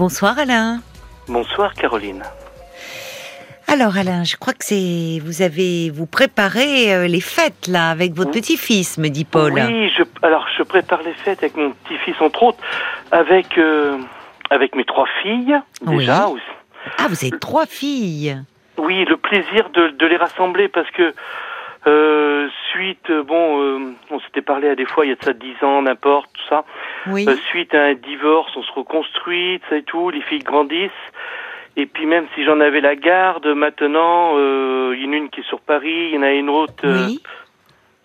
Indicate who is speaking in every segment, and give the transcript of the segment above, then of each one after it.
Speaker 1: Bonsoir Alain.
Speaker 2: Bonsoir Caroline.
Speaker 1: Alors Alain, je crois que c'est vous avez vous préparez euh, les fêtes là avec votre
Speaker 2: Oui.
Speaker 1: petit-fils, me dit Paul.
Speaker 2: Oui, je, alors je prépare les fêtes avec mon petit-fils entre autres, avec euh, avec mes trois filles
Speaker 1: Oui.
Speaker 2: déjà. aussi.
Speaker 1: Ah, vous avez trois filles.
Speaker 2: Oui, le plaisir de, de les rassembler parce que euh, suite, euh, bon, euh, on s'était parlé à des fois il y a de ça dix ans, n'importe tout ça.
Speaker 1: Oui.
Speaker 2: Euh, suite à un divorce, on se reconstruit, ça et tout, les filles grandissent. Et puis même si j'en avais la garde, maintenant, euh, il y en a une qui est sur Paris, il y en a une autre. euh,
Speaker 1: oui.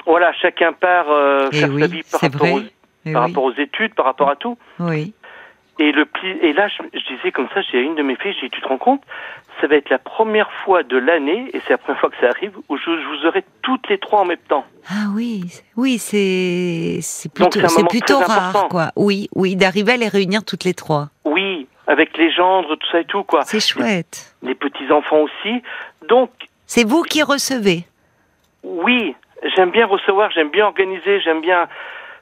Speaker 2: Voilà, chacun part euh,
Speaker 1: Eh
Speaker 2: faire
Speaker 1: oui,
Speaker 2: sa vie par,
Speaker 1: c'est
Speaker 2: rapport
Speaker 1: vrai.
Speaker 2: aux,
Speaker 1: Eh
Speaker 2: par
Speaker 1: oui.
Speaker 2: rapport aux études, par rapport à tout.
Speaker 1: oui.
Speaker 2: Et, le, pli- et là, je, je disais comme ça, j'ai à une de mes filles, j'ai dit, tu te rends compte, ça va être la première fois de l'année, et c'est la première fois que ça arrive, où je, je vous aurai toutes les trois en même temps.
Speaker 1: Ah oui, c'est- oui, c'est c'est
Speaker 2: Donc,
Speaker 1: plutôt
Speaker 2: c'est un
Speaker 1: c'est
Speaker 2: moment
Speaker 1: plutôt
Speaker 2: très
Speaker 1: rare
Speaker 2: important.
Speaker 1: quoi. Oui, oui, d'arriver à les réunir toutes les trois.
Speaker 2: Oui, avec les gendres, tout ça et tout, quoi.
Speaker 1: C'est chouette.
Speaker 2: Les petits-enfants aussi. Donc,
Speaker 1: C'est vous qui recevez.
Speaker 2: oui, j'aime bien recevoir, j'aime bien organiser, j'aime bien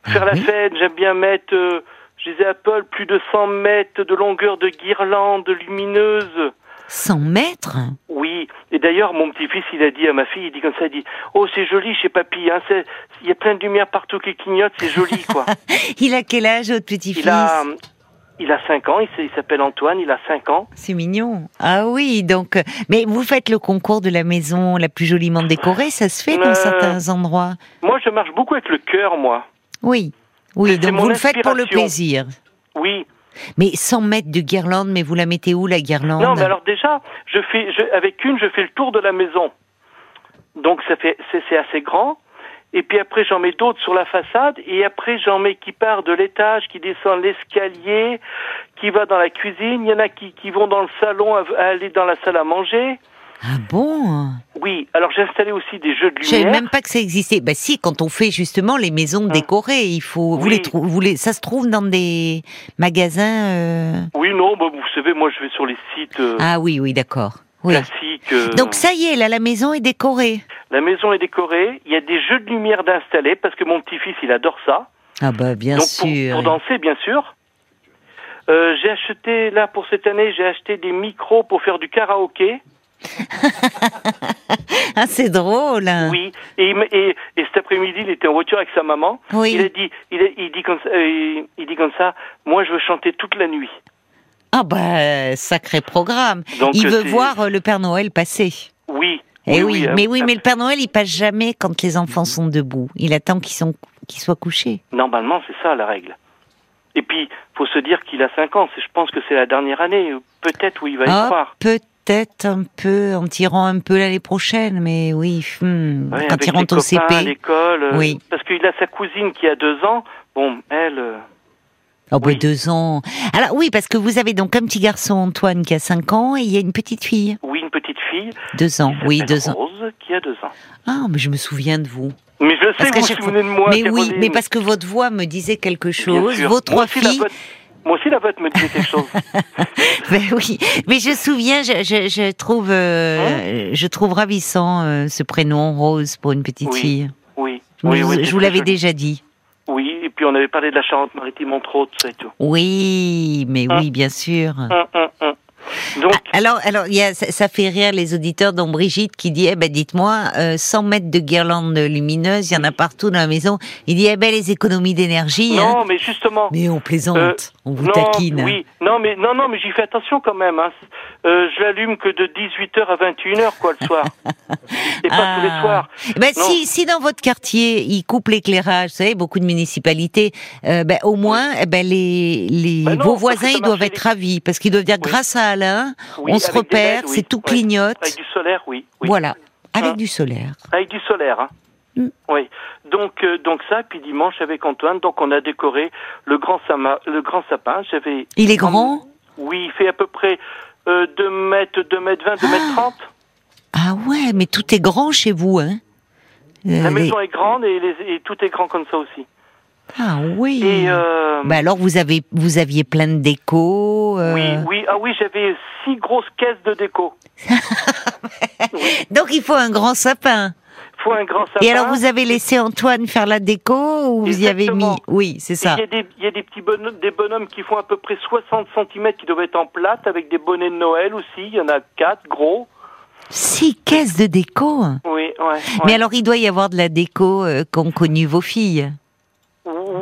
Speaker 2: faire la
Speaker 1: oui.
Speaker 2: fête, j'aime bien mettre, euh, je disais à Paul, plus de 100 mètres de longueur de guirlande lumineuse.
Speaker 1: 100 mètres
Speaker 2: Oui, et d'ailleurs, mon petit-fils, il a dit à ma fille, il dit comme ça, il dit, oh, c'est joli chez papy, hein, c'est, il y a plein de lumière partout qui clignote, c'est joli, quoi.
Speaker 1: Il a quel âge votre petit-fils
Speaker 2: il a, il a cinq ans, il, s'est- il s'appelle Antoine, il a cinq ans.
Speaker 1: C'est mignon. Ah oui, donc. euh, Mais vous faites le concours de la maison la plus joliment décorée, ça se fait dans
Speaker 2: Euh,
Speaker 1: certains endroits.
Speaker 2: Moi, je marche beaucoup avec le cœur, moi.
Speaker 1: Oui.
Speaker 2: c'est-
Speaker 1: Oui,
Speaker 2: c'est
Speaker 1: donc
Speaker 2: mon
Speaker 1: vous le faites pour le plaisir.
Speaker 2: inspiration. Oui.
Speaker 1: Mais sans mettre de guirlande, mais vous la mettez où la guirlande
Speaker 2: Non, mais alors déjà, je fais, je, avec une, je fais le tour de la maison. Donc, ça fait, c'est, c'est assez grand. Et puis après, j'en mets d'autres sur la façade. Et après, j'en mets qui part de l'étage, qui descend l'escalier, qui va dans la cuisine. Il y en a qui, qui vont dans le salon, à, à aller dans la salle à manger.
Speaker 1: Ah bon
Speaker 2: Oui, alors j'ai installé aussi des jeux de
Speaker 1: Je savais
Speaker 2: lumière. Ah.
Speaker 1: même pas que ça existait. Bah si, quand on fait justement les maisons décorées, il faut. Vous
Speaker 2: Oui.
Speaker 1: les trou- vous les- Ça se trouve dans des magasins. euh,
Speaker 2: Oui, non, bah, vous savez, moi je vais sur les sites euh,
Speaker 1: Ah oui, oui, d'accord. Oui.
Speaker 2: classiques. euh,
Speaker 1: Donc ça y est, là, la maison est décorée.
Speaker 2: La maison est décorée. Il y a des jeux de lumière d'installer parce que mon petit-fils, il adore ça.
Speaker 1: Ah bah bien
Speaker 2: Donc pour,
Speaker 1: sûr.
Speaker 2: pour danser, bien sûr. Euh, j'ai acheté, là, pour cette année, j'ai acheté des micros pour faire du karaoké.
Speaker 1: Ah c'est drôle. hein.
Speaker 2: Oui. Et, il m'a- et, et cet après-midi, il était en voiture avec sa maman.
Speaker 1: Oui.
Speaker 2: Il a dit, il, a- il dit comme ça, euh, il dit comme ça, moi, je veux chanter toute la nuit.
Speaker 1: Ah bah sacré programme.
Speaker 2: Donc,
Speaker 1: il
Speaker 2: euh,
Speaker 1: veut
Speaker 2: c'est-
Speaker 1: voir euh, le Père Noël passer.
Speaker 2: Oui.
Speaker 1: Eh oui,
Speaker 2: euh,
Speaker 1: mais oui, mais le Père Noël il passe jamais quand les enfants sont debout. Il attend qu'ils sont qu'ils soient couchés.
Speaker 2: euh, Normalement, c'est ça la règle. Et puis, faut se dire qu'il a 5 ans. C'est- Je pense que c'est la dernière année, euh, peut-être où il va y
Speaker 1: Ah,
Speaker 2: croire.
Speaker 1: peut-être un peu en tirant un peu l'année prochaine, mais oui, hmm,
Speaker 2: Ouais,
Speaker 1: quand
Speaker 2: avec
Speaker 1: il rentre
Speaker 2: les
Speaker 1: au
Speaker 2: copains, à
Speaker 1: CP.
Speaker 2: l'école. euh,
Speaker 1: Oui.
Speaker 2: Parce qu'il a sa cousine qui a 2 ans. Bon, elle. euh,
Speaker 1: Oh, bah,
Speaker 2: oui.
Speaker 1: deux ans. Alors oui, parce que vous avez donc un petit garçon Antoine qui a cinq ans et il y a une petite fille,
Speaker 2: Oui, une petite fille.
Speaker 1: deux ans.
Speaker 2: qui
Speaker 1: Oui,
Speaker 2: s'appelle
Speaker 1: deux ans.
Speaker 2: Rose, qui a deux ans.
Speaker 1: Ah, mais je me souviens de vous.
Speaker 2: Mais je sais,
Speaker 1: Parce
Speaker 2: vous
Speaker 1: qu'à
Speaker 2: vous
Speaker 1: chaque
Speaker 2: souvenez
Speaker 1: fois-
Speaker 2: de moi,
Speaker 1: mais oui,
Speaker 2: Caroline.
Speaker 1: mais parce que votre voix me disait quelque
Speaker 2: Bien
Speaker 1: chose.
Speaker 2: sûr.
Speaker 1: Vos
Speaker 2: Moi
Speaker 1: trois
Speaker 2: aussi, la
Speaker 1: filles.
Speaker 2: vôtre- Moi aussi, la vôtre me disait quelque chose.
Speaker 1: Ben oui, mais je souviens, je, je, je trouve,
Speaker 2: Hein
Speaker 1: euh, je trouve ravissant euh, ce prénom Rose pour une petite
Speaker 2: Oui.
Speaker 1: fille.
Speaker 2: Oui.
Speaker 1: Je,
Speaker 2: oui,
Speaker 1: me-
Speaker 2: oui,
Speaker 1: je
Speaker 2: c'est
Speaker 1: vous
Speaker 2: très
Speaker 1: l'avais
Speaker 2: joli.
Speaker 1: déjà dit.
Speaker 2: Oui, et puis on avait parlé de la Charente-Maritime, entre autres, ça et tout.
Speaker 1: Oui, mais oui, bien sûr.
Speaker 2: Hum, hum, hum. Donc,
Speaker 1: Alors, alors, il y a, ça, ça fait rire les auditeurs dont Brigitte qui dit, eh ben, dites-moi, euh, 100 mètres de guirlandes lumineuses, il y en a partout dans la maison. Il dit, eh ben, les économies d'énergie. hein.
Speaker 2: non, mais justement.
Speaker 1: Mais on plaisante,
Speaker 2: Euh,
Speaker 1: on vous
Speaker 2: non,
Speaker 1: taquine.
Speaker 2: oui, non, mais non, non, mais j'y fais attention quand même. Hein. Euh, je l'allume que de 18h à 21h, quoi, le soir. Et pas tous les
Speaker 1: Ah.
Speaker 2: soirs.
Speaker 1: Eh Ben,
Speaker 2: Non.
Speaker 1: si, si dans votre quartier, ils coupent l'éclairage, vous savez, beaucoup de municipalités, euh, ben, au moins, eh ben, les, les,
Speaker 2: Ben
Speaker 1: vos
Speaker 2: non, faut que
Speaker 1: voisins,
Speaker 2: ça
Speaker 1: ils
Speaker 2: marche
Speaker 1: doivent être
Speaker 2: électrique.
Speaker 1: ravis, parce qu'ils doivent dire,
Speaker 2: Oui.
Speaker 1: grâce à Alain,
Speaker 2: Oui,
Speaker 1: on se
Speaker 2: avec des
Speaker 1: repère,
Speaker 2: LED, oui.
Speaker 1: c'est tout
Speaker 2: Ouais.
Speaker 1: clignote.
Speaker 2: Avec du solaire, oui. oui.
Speaker 1: Voilà. Avec
Speaker 2: Hein.
Speaker 1: du solaire.
Speaker 2: Avec du solaire, hein.
Speaker 1: Mm.
Speaker 2: Oui. Donc, euh, donc ça, puis dimanche avec Antoine, donc on a décoré le grand, sama- le grand sapin. J'avais.
Speaker 1: Il est grand?
Speaker 2: Oui, il fait à peu près euh, 2 mètres, 2 mètres 20, 2 mètres 30.
Speaker 1: Ah ouais, mais tout est grand chez vous, hein? Euh,
Speaker 2: La
Speaker 1: les-
Speaker 2: maison est grande et, les- et tout est grand comme ça aussi.
Speaker 1: Ah oui.
Speaker 2: Et euh,
Speaker 1: Ben alors vous avez vous aviez plein de déco. euh,
Speaker 2: oui, oui, ah oui, j'avais six grosses caisses de déco.
Speaker 1: Donc il faut un grand sapin.
Speaker 2: Il faut un grand sapin.
Speaker 1: Et alors, vous avez laissé Antoine faire la déco ou vous y avez mis
Speaker 2: Exactement.
Speaker 1: Oui, c'est
Speaker 2: Et
Speaker 1: ça.
Speaker 2: Il y a des, il y a des petits bonhommes, des bonhommes qui font à peu près 60 cm qui doivent être en plate avec des bonnets de Noël aussi. Il y en a quatre gros.
Speaker 1: Six caisses de déco.
Speaker 2: Oui, ouais. ouais.
Speaker 1: Mais alors, il doit y avoir de la déco euh, qu'ont connue vos filles.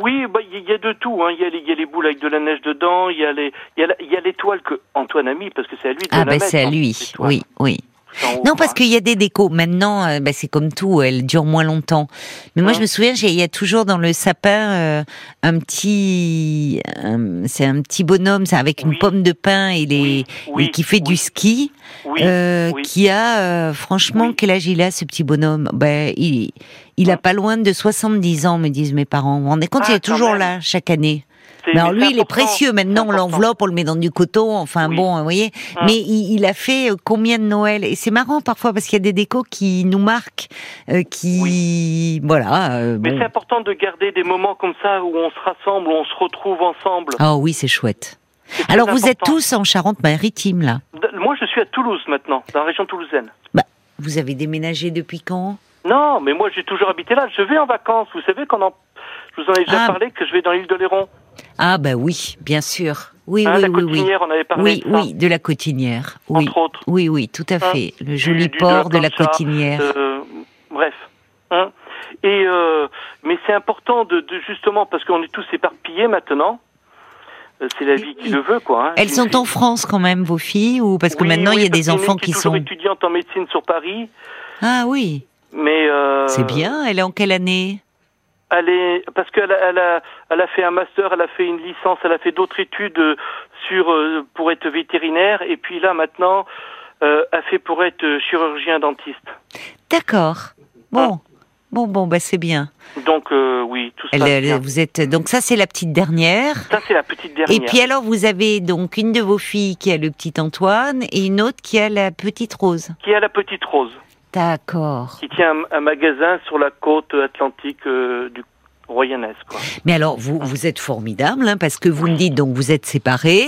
Speaker 2: Oui, bah, il y a de tout. hein. Il y, a les- il y a les boules avec de la neige dedans. Il y a les, il y a la- il y a l'étoile que Antoine a mis parce que c'est à lui de
Speaker 1: Ah
Speaker 2: la
Speaker 1: ben
Speaker 2: mettre,
Speaker 1: c'est à
Speaker 2: hein,
Speaker 1: lui,
Speaker 2: l'étoile.
Speaker 1: oui, oui.
Speaker 2: C'est en haut,
Speaker 1: Non, parce
Speaker 2: hein.
Speaker 1: qu'il y a des décos. Maintenant, euh, bah, c'est comme tout, elles durent moins longtemps. Mais moi,
Speaker 2: Ouais.
Speaker 1: je me souviens, j'ai- il y a toujours dans le sapin euh, un petit, un- c'est un petit bonhomme, ça, avec une
Speaker 2: Oui.
Speaker 1: pomme de pin et les,
Speaker 2: Oui,
Speaker 1: et
Speaker 2: oui,
Speaker 1: qui fait du
Speaker 2: oui,
Speaker 1: ski,
Speaker 2: hein. oui,
Speaker 1: euh,
Speaker 2: oui.
Speaker 1: qui a, euh, franchement,
Speaker 2: Oui.
Speaker 1: quel âge il a, ce petit bonhomme Ben, il, il a
Speaker 2: Ouais.
Speaker 1: pas loin de 70 ans, me disent mes parents. Vous vous rendez compte,
Speaker 2: Ah,
Speaker 1: il est
Speaker 2: quand
Speaker 1: toujours
Speaker 2: même.
Speaker 1: là chaque année.
Speaker 2: C'est-
Speaker 1: Mais bah, alors
Speaker 2: mais
Speaker 1: lui,
Speaker 2: c'est
Speaker 1: il est
Speaker 2: important,
Speaker 1: précieux. Maintenant, on
Speaker 2: c'est important.
Speaker 1: l'enveloppe, on le met dans du coton. Enfin
Speaker 2: Oui.
Speaker 1: bon, vous voyez.
Speaker 2: Hum.
Speaker 1: Mais il, il a fait euh, combien de Noël Et c'est marrant parfois parce qu'il y a des décos qui nous marquent, euh, qui voilà. euh,
Speaker 2: Mais
Speaker 1: bon.
Speaker 2: c'est important de garder des moments comme ça où on se rassemble, où on se retrouve ensemble.
Speaker 1: Ah oui, c'est chouette.
Speaker 2: C'est très
Speaker 1: Alors vous êtes
Speaker 2: important.
Speaker 1: tous en Charente-Maritime là.
Speaker 2: D- Moi, je suis à Toulouse maintenant, dans la région toulousaine.
Speaker 1: Vous avez déménagé depuis quand
Speaker 2: Non, mais moi, j'ai toujours habité là. Je vais en vacances. Vous savez qu'on en. Je vous en ai déjà
Speaker 1: Ah.
Speaker 2: parlé que je vais dans l'île de Léron.
Speaker 1: Ah bah oui, bien sûr. Oui,
Speaker 2: Hein,
Speaker 1: oui,
Speaker 2: la
Speaker 1: oui, oui.
Speaker 2: Cotinière, on avait parlé
Speaker 1: Oui,
Speaker 2: de ça,
Speaker 1: oui, de la Cotinière. Oui,
Speaker 2: entre autres.
Speaker 1: oui, oui, tout à
Speaker 2: Hein,
Speaker 1: fait. Le
Speaker 2: du-
Speaker 1: joli
Speaker 2: du- de
Speaker 1: port de la
Speaker 2: plancha,
Speaker 1: Cotinière.
Speaker 2: euh, bref. Hein. Et euh, mais c'est important de, de- justement parce qu'on est tous éparpillés maintenant. Euh, C'est la vie qui le veut, quoi. hein.
Speaker 1: Elles
Speaker 2: J'ai
Speaker 1: sont
Speaker 2: une
Speaker 1: en France quand même, vos filles, ou parce que
Speaker 2: Oui,
Speaker 1: maintenant
Speaker 2: oui,
Speaker 1: il y a
Speaker 2: parce
Speaker 1: des
Speaker 2: qu'il y en
Speaker 1: enfants
Speaker 2: une
Speaker 1: qui
Speaker 2: est toujours
Speaker 1: sont.
Speaker 2: étudiante en médecine sur Paris,
Speaker 1: Ah oui,
Speaker 2: mais euh,
Speaker 1: c'est bien. Elle est en quelle année
Speaker 2: Elle est parce qu'elle a, elle a, elle a fait un master, elle a fait une licence, elle a fait d'autres études euh, sur euh, pour être vétérinaire et puis là maintenant, euh, elle fait pour être euh, chirurgien dentiste.
Speaker 1: D'accord. Bon, bon, bon, bah c'est bien.
Speaker 2: Donc euh, oui, tout
Speaker 1: Elle,
Speaker 2: Ah. ça.
Speaker 1: elle- vous êtes donc ça, c'est la petite dernière.
Speaker 2: Ça c'est la petite
Speaker 1: Et
Speaker 2: dernière.
Speaker 1: puis alors vous avez donc une de vos filles qui a le petit Antoine et une autre qui a la petite Rose.
Speaker 2: qui a la petite Rose,
Speaker 1: D'accord.
Speaker 2: qui tient un, un magasin sur la côte atlantique euh, du Royanaise, quoi.
Speaker 1: Mais alors vous vous êtes formidable hein, parce que vous me dites donc vous êtes séparés.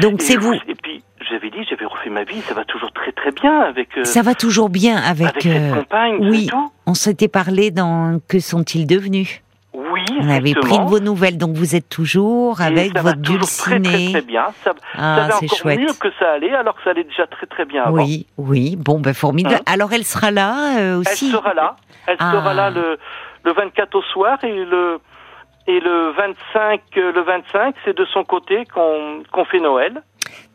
Speaker 1: Donc
Speaker 2: Et
Speaker 1: c'est
Speaker 2: je-
Speaker 1: vous.
Speaker 2: Et puis j'avais dit, j'avais refait ma vie, ça va toujours très très bien avec euh,
Speaker 1: Ça va toujours bien avec.
Speaker 2: avec
Speaker 1: euh,
Speaker 2: cette compagne,
Speaker 1: oui.
Speaker 2: c'est tout.
Speaker 1: on s'était parlé dans que sont-ils devenus
Speaker 2: Oui,
Speaker 1: On avait pris
Speaker 2: exactement.
Speaker 1: de vos nouvelles donc vous êtes toujours
Speaker 2: Et
Speaker 1: avec
Speaker 2: ça va
Speaker 1: votre
Speaker 2: toujours très, très,
Speaker 1: dulcinée.
Speaker 2: très bien. Ça, ça
Speaker 1: Ah
Speaker 2: va
Speaker 1: c'est
Speaker 2: encore
Speaker 1: chouette.
Speaker 2: mieux que ça allait, alors que ça allait déjà très très bien avant.
Speaker 1: Oui, oui. Bon, ben formidable.
Speaker 2: Hein
Speaker 1: Alors elle sera là euh,
Speaker 2: Elle
Speaker 1: aussi.
Speaker 2: sera là. Elle
Speaker 1: Ah.
Speaker 2: sera là le, le 24 au soir et le et le 25 euh, le 25 c'est de son côté qu'on qu'on fait Noël.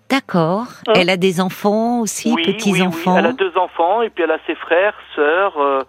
Speaker 1: D'accord.
Speaker 2: Hein
Speaker 1: Elle a des enfants aussi, petits
Speaker 2: oui,
Speaker 1: enfants.
Speaker 2: oui. Elle a deux enfants et puis elle a ses frères, sœurs, euh,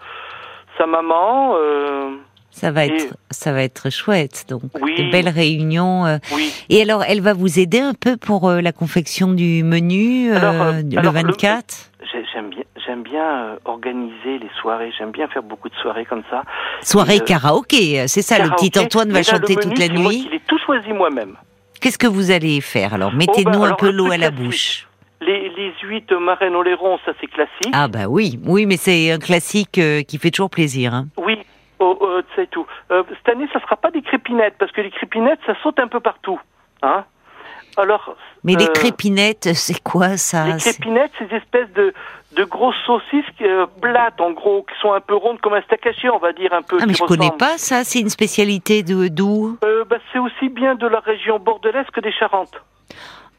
Speaker 2: sa maman. euh,
Speaker 1: Ça va
Speaker 2: Et-
Speaker 1: être, ça va être chouette. Donc
Speaker 2: Oui.
Speaker 1: de belles réunions. euh.
Speaker 2: oui.
Speaker 1: Et alors, elle va vous aider un peu pour euh, la confection du menu euh,
Speaker 2: Alors, euh,
Speaker 1: le
Speaker 2: alors, le-
Speaker 1: 24.
Speaker 2: J'ai- J'aime bien j'aime bien euh, organiser les soirées. J'aime bien faire beaucoup de soirées comme ça.
Speaker 1: Soirée
Speaker 2: euh,
Speaker 1: karaoké, c'est ça.
Speaker 2: Karaoké.
Speaker 1: Ah, Le petit Antoine va
Speaker 2: Mais là, le
Speaker 1: chanter
Speaker 2: menu,
Speaker 1: toute la
Speaker 2: c'est moi
Speaker 1: nuit.
Speaker 2: qui l'ai tout choisi moi-même.
Speaker 1: Qu'est-ce que vous allez faire alors Mettez-nous un
Speaker 2: Oh, bah, alors,
Speaker 1: peu
Speaker 2: le
Speaker 1: l'eau
Speaker 2: plus
Speaker 1: à la
Speaker 2: classique.
Speaker 1: bouche.
Speaker 2: Les, les huîtres marraines au lairon, ça c'est classique.
Speaker 1: Ah bah oui, oui, mais c'est un classique euh, qui fait toujours plaisir. hein.
Speaker 2: Oui, oh, euh, c'est tout. Euh, cette année, ça sera pas des crépinettes, parce que les crépinettes, ça saute un peu partout. Hein Alors,
Speaker 1: Mais les
Speaker 2: euh,
Speaker 1: crépinettes, c'est quoi ça
Speaker 2: les
Speaker 1: Ah, C'est-
Speaker 2: crépinettes, ces espèces de, de grosses saucisses euh, plates, en gros, qui sont un peu rondes comme un stack haché, on va dire un peu.
Speaker 1: Ah mais
Speaker 2: qui
Speaker 1: je connais
Speaker 2: ressemblent.
Speaker 1: pas ça, c'est une spécialité de d'où
Speaker 2: Euh, bah, c'est aussi bien de la région bordelaise que des Charentes.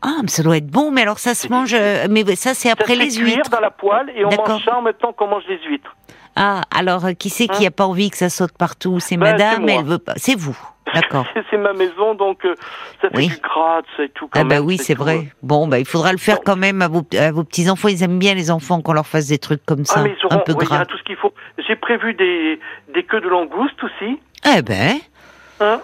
Speaker 1: Ah mais ça doit être bon, mais alors ça se mange, euh, mais ça c'est après
Speaker 2: ça se fait
Speaker 1: les
Speaker 2: cuire
Speaker 1: huîtres.
Speaker 2: dans la poêle et on
Speaker 1: D'accord.
Speaker 2: mange ça en même temps qu'on mange les huîtres.
Speaker 1: Ah alors euh, qui c'est qui a pas envie que ça saute partout C'est
Speaker 2: Hein? Bah, c'est
Speaker 1: Madame,
Speaker 2: moi.
Speaker 1: elle veut pas. C'est vous, d'accord.
Speaker 2: C'est- C'est ma maison, donc euh, ça fait
Speaker 1: Oui.
Speaker 2: du gras, c'est tout. Quand
Speaker 1: Ah bah
Speaker 2: même,
Speaker 1: oui, c'est
Speaker 2: tout. hein.
Speaker 1: vrai. Bon bah il faudra le faire
Speaker 2: Non.
Speaker 1: quand même à vos, à vos petits enfants. Ils aiment bien les enfants qu'on leur fasse des trucs comme
Speaker 2: Ah,
Speaker 1: ça,
Speaker 2: mais ils auront,
Speaker 1: un peu
Speaker 2: ouais, il y
Speaker 1: gras.
Speaker 2: aura tout ce qu'il faut. J'ai prévu des, des queues de langoustes aussi.
Speaker 1: Eh ben
Speaker 2: Hein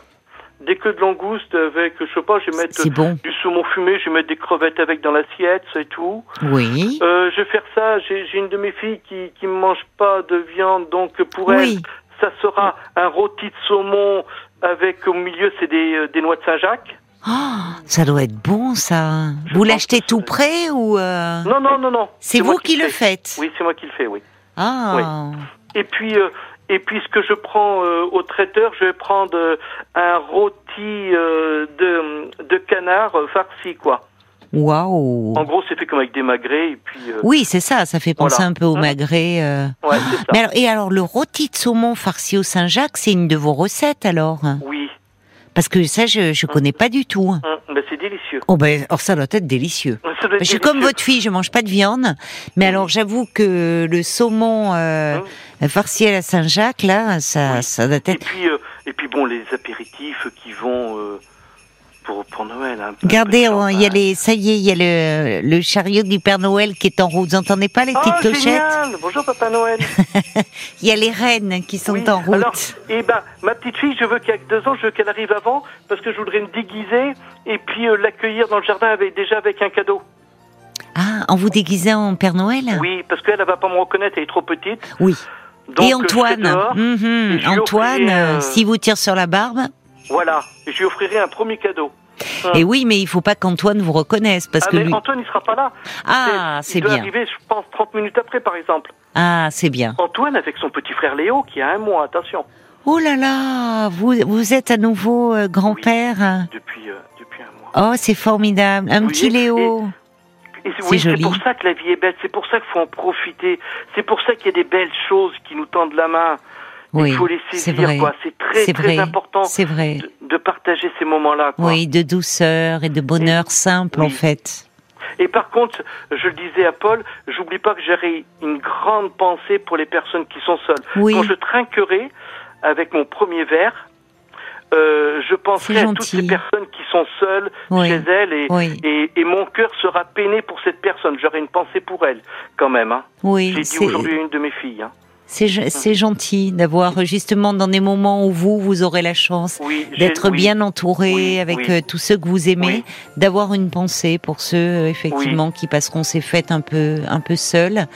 Speaker 2: des queues de langoustes avec, je sais pas, je vais mettre
Speaker 1: c'est bon.
Speaker 2: du saumon fumé, je vais mettre des crevettes avec dans l'assiette, c'est tout.
Speaker 1: Oui,
Speaker 2: Euh, je vais faire ça, j'ai j'ai une de mes filles qui qui ne mange pas de viande, donc pour
Speaker 1: oui.
Speaker 2: elle, ça sera un rôti de saumon avec au milieu, c'est des, euh, des noix de Saint-Jacques.
Speaker 1: Ah, ça doit être bon ça.
Speaker 2: Je
Speaker 1: vous
Speaker 2: pense
Speaker 1: l'achetez
Speaker 2: que
Speaker 1: tout
Speaker 2: c'est-
Speaker 1: prêt ou euh,
Speaker 2: Non, non, non, non.
Speaker 1: c'est
Speaker 2: moi
Speaker 1: vous qui
Speaker 2: le
Speaker 1: le
Speaker 2: fais.
Speaker 1: faites
Speaker 2: Oui, c'est moi qui le fais, oui.
Speaker 1: Ah.
Speaker 2: Et puis, euh, et puis ce que je prends euh, au traiteur, je vais prendre euh, un rôti euh, de, de canard euh, farci, quoi.
Speaker 1: Waouh
Speaker 2: En gros, c'est fait comme avec des magrets et puis. euh,
Speaker 1: Oui, c'est ça, ça fait penser
Speaker 2: Voilà.
Speaker 1: un peu au
Speaker 2: Mmh.
Speaker 1: magret. euh.
Speaker 2: ouais, c'est ça.
Speaker 1: Mais alors, et alors, le rôti de saumon farci au Saint-Jacques, c'est une de vos recettes alors hein
Speaker 2: Oui,
Speaker 1: Parce que ça, je je connais pas du tout. hein.
Speaker 2: hum, ben, c'est délicieux.
Speaker 1: Oh ben, alors ça doit être délicieux.
Speaker 2: Ça doit être
Speaker 1: Je suis comme
Speaker 2: délicieux.
Speaker 1: votre fille, je mange pas de viande, mais alors j'avoue que le saumon euh, farci à la Saint-Jacques, là, ça,
Speaker 2: Ah Oui.
Speaker 1: ça doit
Speaker 2: Et
Speaker 1: être.
Speaker 2: puis, euh, et puis bon, les apéritifs qui vont euh, pour, pour Noël. hein, un peu-
Speaker 1: Regardez,
Speaker 2: un peu de
Speaker 1: oh, il y a
Speaker 2: champagne.
Speaker 1: les, ça y est, il y a le, le chariot du Père Noël qui est en route. Vous entendez pas les petites
Speaker 2: Ah,
Speaker 1: clochettes
Speaker 2: génial Bonjour Papa Noël.
Speaker 1: Il y a les rennes qui sont
Speaker 2: Oui,
Speaker 1: en route.
Speaker 2: Alors, eh ben, ma petite fille, je veux qu'à deux ans, je veux qu'elle arrive avant parce que je voudrais me déguiser et puis euh, l'accueillir dans le jardin avec déjà avec un cadeau.
Speaker 1: Ah, en vous déguisant en Père Noël
Speaker 2: Oui, parce qu'elle, elle va pas me reconnaître, elle est trop petite.
Speaker 1: Oui.
Speaker 2: Donc,
Speaker 1: Ah. et
Speaker 2: euh, je serai
Speaker 1: Antoine,
Speaker 2: dehors.
Speaker 1: mhm,
Speaker 2: et je lui
Speaker 1: Antoine,
Speaker 2: offrirai,
Speaker 1: euh,
Speaker 2: euh,
Speaker 1: s'il vous tire sur la barbe,
Speaker 2: Voilà, et je lui offrirai un premier cadeau. Ah.
Speaker 1: et oui, mais il faut pas qu'Antoine vous reconnaisse parce
Speaker 2: ah,
Speaker 1: que
Speaker 2: mais
Speaker 1: lui.
Speaker 2: Antoine, il sera pas là.
Speaker 1: Ah,
Speaker 2: Il-
Speaker 1: c'est
Speaker 2: Il doit
Speaker 1: bien.
Speaker 2: arriver, je pense, 30 minutes après, par exemple.
Speaker 1: Ah, c'est bien.
Speaker 2: Antoine avec son petit frère Léo, qui a un mois, attention,
Speaker 1: Oh là là, vous vous êtes à nouveau euh, grand-père.
Speaker 2: depuis, euh, depuis un mois.
Speaker 1: Oh, c'est formidable, un
Speaker 2: Oui,
Speaker 1: petit
Speaker 2: et-
Speaker 1: Léo.
Speaker 2: Et c'est
Speaker 1: C'est
Speaker 2: oui, c'est
Speaker 1: joli.
Speaker 2: pour ça que la vie est belle, c'est pour ça qu'il faut en profiter, c'est pour ça qu'il y a des belles choses qui nous tendent la main.
Speaker 1: Oui,
Speaker 2: Il faut les
Speaker 1: c'est
Speaker 2: saisir,
Speaker 1: vrai.
Speaker 2: quoi. C'est très,
Speaker 1: C'est
Speaker 2: très
Speaker 1: vrai.
Speaker 2: important
Speaker 1: C'est vrai.
Speaker 2: de, de partager ces moments-là, quoi.
Speaker 1: Oui, de douceur et de bonheur simple
Speaker 2: oui.
Speaker 1: en fait.
Speaker 2: Et par contre, je le disais à Paul, j'oublie pas que j'aurai une grande pensée pour les personnes qui sont seules.
Speaker 1: Oui.
Speaker 2: Quand je trinquerai avec mon premier verre, euh, je penserai
Speaker 1: C'est
Speaker 2: à toutes
Speaker 1: gentil.
Speaker 2: ces personnes qui sont seules
Speaker 1: Oui.
Speaker 2: chez elles et,
Speaker 1: Oui.
Speaker 2: et, et mon cœur sera peiné pour cette personne. J'aurai une pensée pour elle, quand même. Hein.
Speaker 1: Oui,
Speaker 2: J'ai dit
Speaker 1: c'est-
Speaker 2: aujourd'hui à une de mes filles. hein.
Speaker 1: c'est ge- c'est gentil d'avoir euh, justement dans des moments où vous vous aurez la chance
Speaker 2: Oui, j'ai-
Speaker 1: d'être
Speaker 2: oui.
Speaker 1: bien entouré
Speaker 2: Oui,
Speaker 1: avec
Speaker 2: oui.
Speaker 1: euh, tous ceux que vous aimez,
Speaker 2: Oui.
Speaker 1: d'avoir une pensée pour ceux euh, effectivement qui passeront ces fêtes un peu un peu seuls.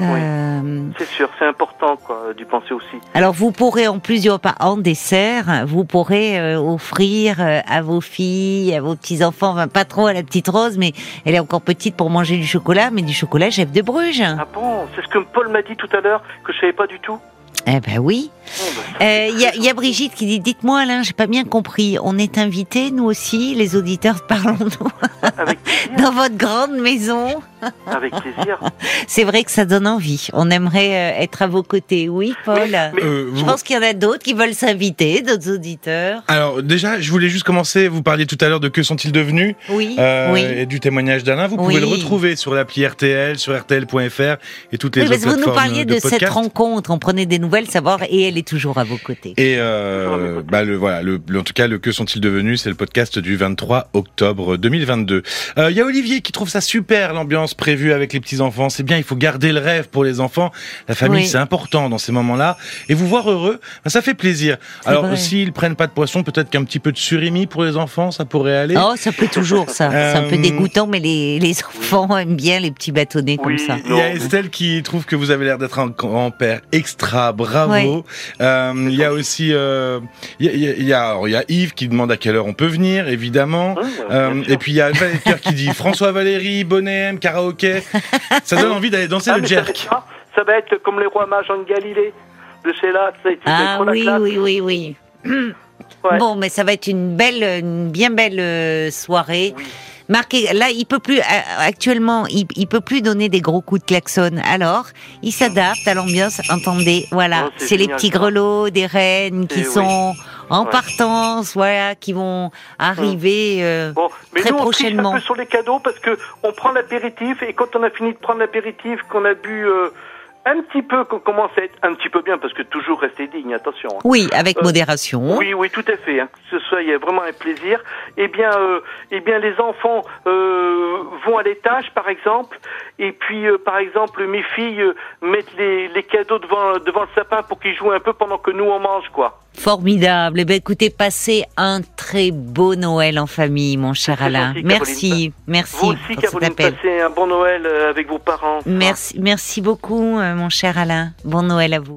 Speaker 1: Euh,
Speaker 2: C'est sûr, c'est important, quoi, d'y penser aussi.
Speaker 1: Alors vous pourrez en plus du repas en dessert, vous pourrez euh, offrir euh, à vos filles, à vos petits enfants, enfin, pas trop à la petite Rose, mais elle est encore petite pour manger du chocolat, mais du chocolat chef de Bruges.
Speaker 2: Ah bon C'est ce que Paul m'a dit tout à l'heure, que je savais pas du tout. Oh,
Speaker 1: Eh ben oui.
Speaker 2: Bon, ben,
Speaker 1: Il y, a, y a Brigitte qui dit dites-moi Alain, j'ai pas bien compris. On est invités nous aussi, les auditeurs, parlons-nous
Speaker 2: avec plaisir.
Speaker 1: dans votre grande maison.
Speaker 2: avec plaisir.
Speaker 1: C'est vrai que ça donne envie. On aimerait euh, être à vos côtés, oui, Paul.
Speaker 3: Euh,
Speaker 1: Je
Speaker 3: vous-
Speaker 1: pense qu'il y en a d'autres qui veulent s'inviter, d'autres auditeurs.
Speaker 3: Alors déjà, je voulais juste commencer, vous parliez tout à l'heure de que sont-ils devenus
Speaker 1: Oui,
Speaker 3: euh,
Speaker 1: oui.
Speaker 3: et du témoignage d'Alain. Vous
Speaker 1: Oui.
Speaker 3: pouvez le retrouver sur l'appli RTL, sur rtl.fr et toutes les
Speaker 1: Oui,
Speaker 3: autres
Speaker 1: parce que vous nous
Speaker 3: plateformes
Speaker 1: parliez de,
Speaker 3: de, podcast.
Speaker 1: cette rencontre, on prenait des nouvelles, savoir, et elle est toujours à vos côtés.
Speaker 3: Et
Speaker 2: Toujours à mes
Speaker 3: euh,
Speaker 2: côtés.
Speaker 3: bah le voilà, le, le- en tout cas, le que sont-ils devenus C'est le podcast du 23 octobre 2022. Euh, Il y a Olivier qui trouve ça super l'ambiance prévue avec les petits enfants. C'est bien, il faut garder le rêve pour les enfants. La famille,
Speaker 1: Oui.
Speaker 3: c'est important dans ces moments-là. Et vous voir heureux, bah, ça fait plaisir.
Speaker 1: C'est vrai.
Speaker 3: Alors s'ils prennent pas de poisson, peut-être qu'un petit peu de surimi pour les enfants, ça pourrait aller.
Speaker 1: Oh, ça plaît toujours, ça. C'est un peu
Speaker 3: Euh,
Speaker 1: dégoûtant, mais les, les enfants aiment bien les petits bâtonnets comme
Speaker 2: Oui.
Speaker 1: ça.
Speaker 3: Il y a
Speaker 2: Non.
Speaker 3: Estelle qui trouve que vous avez l'air d'être un grand-père extra, bravo.
Speaker 1: Oui.
Speaker 3: Euh, il y a aussi, euh, il y, a- il y a- il y a- alors, il y a Yves qui demande à quelle heure on peut venir, évidemment.
Speaker 2: Hum,
Speaker 3: Euh,
Speaker 2: bien sûr.
Speaker 3: et puis il y a Valérie qui dit François Valérie, Bonnet M, karaoké. Ça donne envie d'aller danser
Speaker 2: Ah,
Speaker 3: le
Speaker 2: mais ça, va
Speaker 3: jerk.
Speaker 2: être, ça. ça va être comme les rois mages en Galilée de chez là. Ça a été
Speaker 1: Ah
Speaker 2: trop la
Speaker 1: oui,
Speaker 2: classe.
Speaker 1: oui, oui, oui.
Speaker 2: Ouais.
Speaker 1: Bon, mais ça va être une belle, une bien belle euh, soirée.
Speaker 2: Oui.
Speaker 1: Marqué, là, il peut plus, euh, actuellement, il, il peut plus donner des gros coups de klaxon. Alors, il s'adapte à l'ambiance. Entendez, voilà.
Speaker 2: Oh, c'est
Speaker 1: c'est les
Speaker 2: génial,
Speaker 1: petits
Speaker 2: ça.
Speaker 1: grelots, des rennes qui
Speaker 2: Eh oui.
Speaker 1: sont en
Speaker 2: Ouais. Hum. partance,
Speaker 1: partance, voilà, qui vont arriver. euh,
Speaker 2: Bon, mais
Speaker 1: Très
Speaker 2: nous, on triche
Speaker 1: prochainement.
Speaker 2: un peu sur les cadeaux parce que on prend l'apéritif et quand on a fini de prendre l'apéritif, qu'on a bu euh, un petit peu, qu'on commence à être un petit peu bien parce que toujours rester digne, attention. hein.
Speaker 1: Oui, avec
Speaker 2: Euh,
Speaker 1: modération.
Speaker 2: Oui, oui, tout à fait. hein. Que ce soit, il y a vraiment un plaisir. Eh bien, euh, eh bien, les enfants euh, vont à l'étage, par exemple, et puis, euh, par exemple, mes filles euh, mettent les, les cadeaux devant devant le sapin pour qu'ils jouent un peu pendant que nous on mange, quoi.
Speaker 1: Formidable. Eh ben, écoutez, passez un très beau Noël en famille, mon cher
Speaker 2: C'est
Speaker 1: Alain.
Speaker 2: gentil, Caroline.
Speaker 1: merci, merci
Speaker 2: Vous aussi,
Speaker 1: pour cet
Speaker 2: Caroline,
Speaker 1: appel.
Speaker 2: passez un bon Noël euh, avec vos parents.
Speaker 1: Merci, merci beaucoup, euh, mon cher Alain. Bon Noël à vous.